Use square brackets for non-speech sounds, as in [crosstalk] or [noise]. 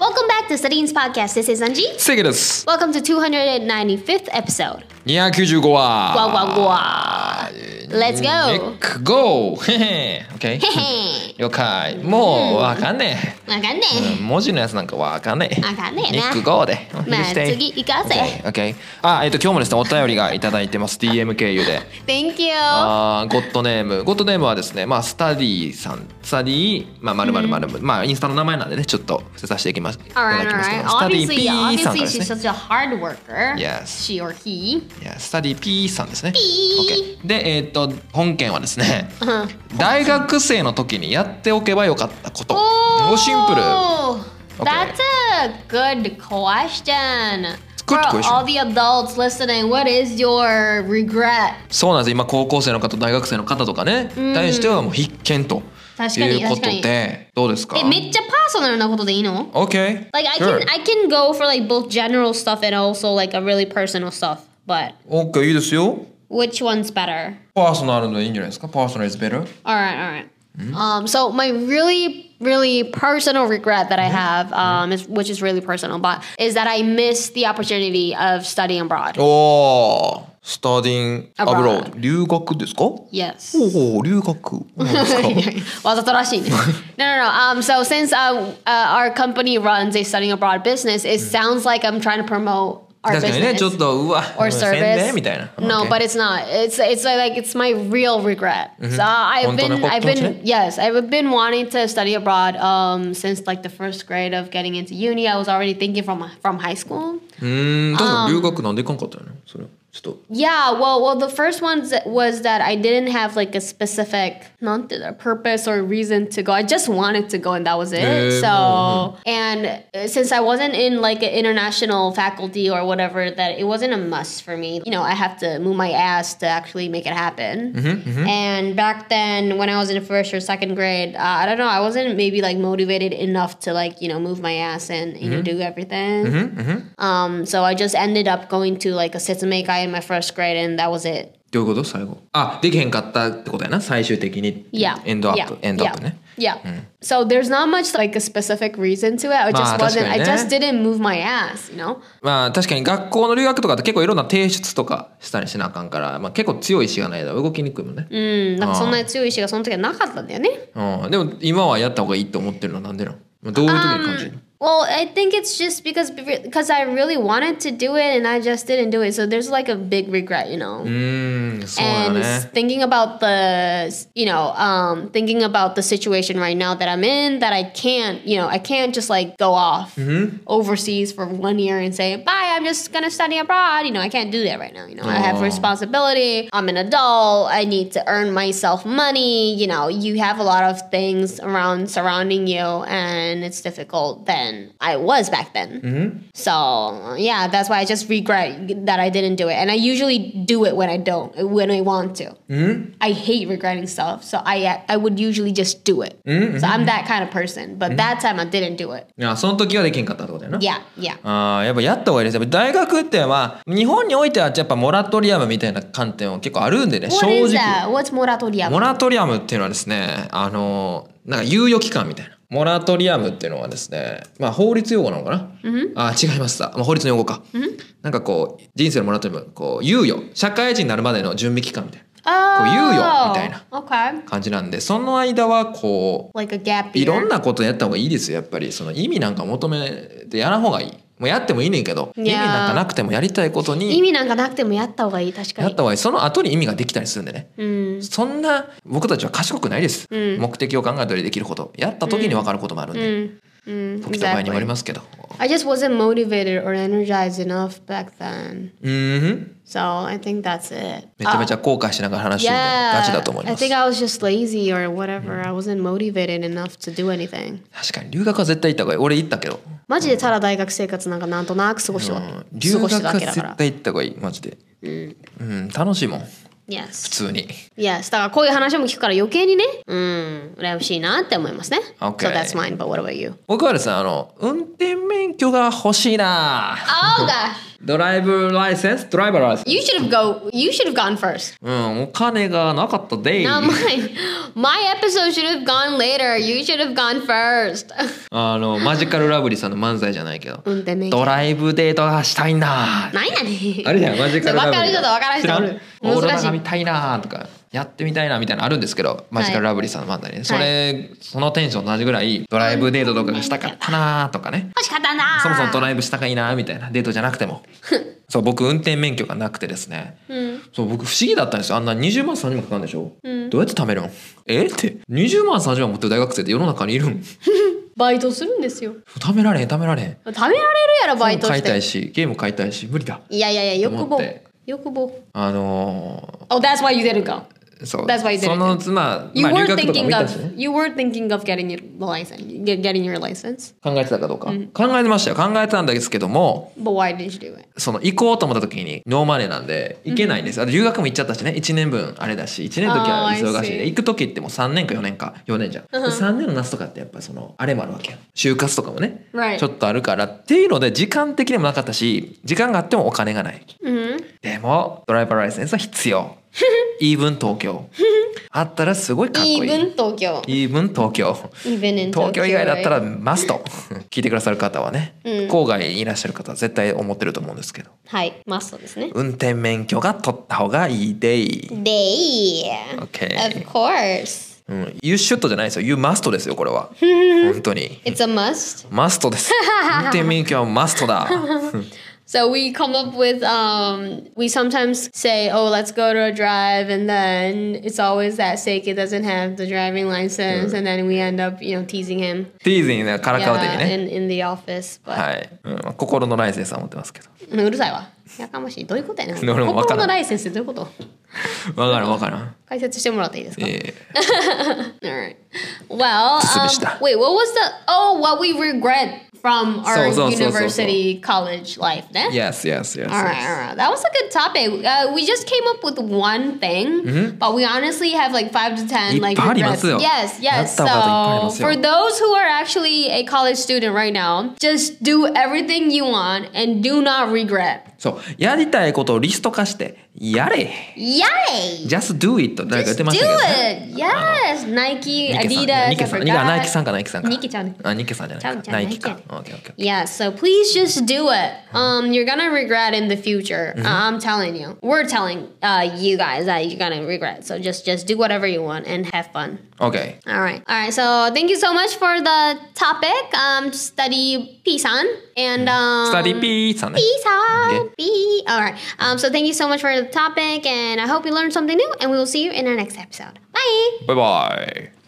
Welcome back to Studying's podcast. This is Anji. 正義です。 Welcome to 295th episode. [laughs] 295話。 Wah wah wah. Let's ネ go. ックゴーへへ !OK? へへ了解。もうわかんねわかんねえ。文字のやつなんかわかんねえ。わかんねえネなックゴーで。まあ許して次行こうぜ OK OK。あ、えっと、今日もですね、お便りがいただいてます。DM 経由で。え。Thank you. あーゴッドネームゴッドネームはですねまあスタディさんスタディまあまるまるまるまあインスタの名前なんでねちょっと伏せさせていきますいた All right, だき all ますけ right. どスタディ Obviously, P obviously, さんからです she's ね such a hard worker. Yes. She or he. いやスタディ P さんですね。 P OK で、えーっと本件はですね、大学生の時にやっておけばよかったこと。おシンプル。 Oh, Okay. That's a good question. good For question. all the adults listening, what is your regret? そうなんです。今高校生の方、大学生の方とかね、対してはもう必見と確かにいうことでどうですかえ、めっちゃパーソナルなことでいいの ?OK。 Like I Sure. can I can go for like both general stuff and also like a really personal stuff, but OK いいですよ。 which one's better? パーソナルのいいんじゃないですか。パーソナル is better。 All right, all right. Um, so my really, really personal regret that I have, um, is, which is really personal, but is that I missed the opportunity of studying abroad. Oh. おー、スタディン Abroad アブロー留学ですか？お Yes. お [laughs] 留学。なんですかわざとらしいね。no, no, no. Um, so since uh, uh, our company runs a studying abroad business, it sounds like I'm trying to promote our 確かに business. ね、ちょっとうわ、 or 宣 service. 伝みたいな。 No, OK but it's not. It's it's like, like it's my real regret. So I've 本当の been 本当の I've been ね。 yes, I've been wanting to study abroad um since like the first grade of getting into uni. I was already thinking from from high school. うーん、確かに留学なんで行かんかったのよね。それちょっと。 Yeah, well, well, the first one was that I didn't have like a specific not a purpose or reason to go. I just wanted to go, and that was it. Yeah, so, mhm. and uh, since I wasn't in like an international faculty or whatever, that it wasn't a must for me. You know, I have to move my ass to actually make it happen. Mm-hmm, And back then, when I was in first or second grade, uh, I don't know, I wasn't maybe like motivated enough to like you know move my ass and you know Mm-hmm. do everything. Um, so I just ended up going to like a setsume guy in my first grade, and that was it. どういうこと最後あできへんかったってことやな最終的に Yeah. エンドアッ yeah, プエンドアップ yeah, ね Yeah. So there's not much like a specific reason to it. I just Ah, wasn't. I 確かにね。 just didn't move my ass. You know. まあ確かに学校の留学とかって結構いろんな提出とかしたりしなあかんから、まあ、結構強い意志がないと動きにくいもんね、うん、なんかそんな強い意志がその時はなかったんだよね。うんでも今はやった方がいいと思ってるのはなんでなのまあどういう時に感じるの Hmm. Well, I think it's just because because I really wanted to do it and I just didn't do it. So there's like a big regret, you know. うーんそうだ and ね thinking about the you know um, thinking about the situation right now that i'm in that i can't you know i can't just like go off overseas for one year and say bye i'm just gonna study abroad you know i can't do that right now you know i have Aw. responsibility i'm an adult i need to earn myself money you know you have a lot of things around surrounding you and it's difficult than i was back then so yeah, that's why I just regret that I didn't do it. And I usually do it when I don't, when I want to. I hate regretting stuff, so I I would usually just do it. So I'm that kind of person. But that time I didn't do it. いやその時はできへんかったってことやな Yeah, yeah. あーやっぱやった方がいいですね大学ってまあ日本においてはやっぱモラトリアムみたいな観点は結構あるんでね What 正 is 直 that? What's moratoria? モラトリアムっていうのはですね、あの、なんか猶予期間みたいな。モラトリアムっていうのはですね、まあ法律用語なのかな、あ、違いました。まあ法律の用語か。なんかこう、人生のモラトリアム、こう、猶予。社会人になるまでの準備期間みたい oh, なこう猶予みたいな。 okay. 感じなんで、その間はこ Like a gap う、いろん year. なことやった方がいいですよ、やっぱり。その意味なんか求めてやらん方がいい。もうやってもいいねんけど、い意味やーなんかなくてもやりたいことに、やった意味なんかなくてもやった方がいい、確かに。方がいい。その後に意味ができたりするんでね。そんな僕たちは賢くないです、ん目的を考えたりできることやった時に分かることもあるんで、うん、うん、時と場合にもあり Mm, exactly. ますけど I just wasn't motivated or energized enough back then. うーん So I think that's it. めちゃめちゃ後悔しながら話してるんでガチだと思い I ます Mm. think I was just lazy or whatever. I wasn't motivated enough to do anything. 確かに留学は絶対行った方がいい俺行ったけど、マジでただ大学生活なんかなんとなく過ごしてたうん過留ごして学たはだけだから絶。対行った方がいいマジでうん、楽しいもん普 Yes. 通に Yes. だからこういう話も聞くから余計にね、うん、羨ましいなって思いますね。 Okay. So that's mine, but what about [laughs] you? 僕はですねあの運転免許が欲しいな Oh gosh. ドライブライセンスドライバーライセンス You should have go. You should have gone first. うんお金がなかったでい Not mine. My episode should have gone later. You should have gone first. [laughs] あのマジカルラブリーさんの漫才じゃないけど運転免許ドライブデートがしたいなないやねんあれだよマジカルラブリわーかる人とわからん人おる知らんオーロラ難しがい見たいなとかやってみたいなみたいなのあるんですけどマジカルラブリーさんの漫才ね、それそのテンションと同じぐらいドライブデートとかがしたかったなとかね欲しかったなそもそもドライブしたかいなみたいなデートじゃなく [laughs] てもそう僕運転免許がなくてですね、そう僕不思議だったんですよあんな20万30万かかるんでしょ、どうやって貯めるんえって20万30万持ってる大学生って世の中にいるんバイトするんですよ貯められへん貯められへん食べられるやろバイト買しいたていしゲーム買いたいし無理だいやいやいや欲思っ望て欲望あの Oh that's why you didn't go ーそう That's why you did it. そのまあ、 You まあ、留 were 学とかも thinking いたし of ね You were thinking of getting your license get- Getting your license 考えてたかどうか、考えてましたよ考えてたんですけども But why didn't you do it? その行こうと思った時にノーマネーなんで行けないんです、あと留学も行っちゃったしね1年分あれだし1年の時はあー忙し I い see で行く時ってもう3年か4年か4年じゃん、で3年の夏とかってやっぱりそのあれもあるわけよ就活とかもね、 Right ちょっとあるからっていうので時間的にもなかったし時間があってもお金がないでもドライバーライセンスは必 [laughs] 要イーブン東京あったらすごいかっこいい Even 東京イーブン東京 Even in 東京以外だっ right? たらマスト [laughs] 聞いてくださる方はね、郊外にいらっしゃる方は絶対思ってると思うんですけどはいマストですね運転免許が取った方がいいでい They OK Of course うん、You should じゃないですよ You must ですよこれ [laughs] は本当に It's a must マスト [laughs] です運転免許はマストだ So we come up with um we sometimes say, Oh, let's go to a drive and then it's always that Seiki doesn't have the driving license and then we end up, you know, teasing him ティーズにねからかうとき yeah, in, ね in the office. But はい、うんまあ心のライセンスは持ってますけどうるさいわ。やかましい。どういうことやねん。俺もわからん心のライセンスってどういうことわからんわからん解説してもらっていいですか、ええ [laughs] Alright. Well, すべ um, しだ wait, what was the, oh, what we regret from our そうそうそうそうそう university college life ね。 Yes yes yes, yes. All right, all right. That was a good topic. Uh, we just came up with one thing, but we honestly have like five to ten. Like いっぱいありますよ。 regrets. yes, yes. やったこといっぱいありますよ。 So for those who are actually a college student right now, just do everything you want and do not regret. そうやりたいことをリスト化してやれ Yay! Just do it と誰か言っ Just do てま it. したけど、ね、 Yes, Nike, ニケさん、 Adidas. ニケ I さん、ニケあナイキさ forgot. んかナイキさんか。ニケちゃうねあ、ニケさんじゃないちゃうか。ちゃナうイキかナイ。キオッケーオッケーオッケ Yeah, so please just do it. Um, you're gonna regret in the future. Uh, I'm telling you. We're telling uh, you guys that you're gonna regret. So just just do whatever you want and have fun. ー。オッケ All right, all right. So thank you so much for the topic. Um, study peace on and ー。 um, スタディピーさんね。 peace Okay. on peace. All right. Um, so thank you so much for the topic, and I hope you learned something new. And we will see you in our next episode. Bye. バイバイ。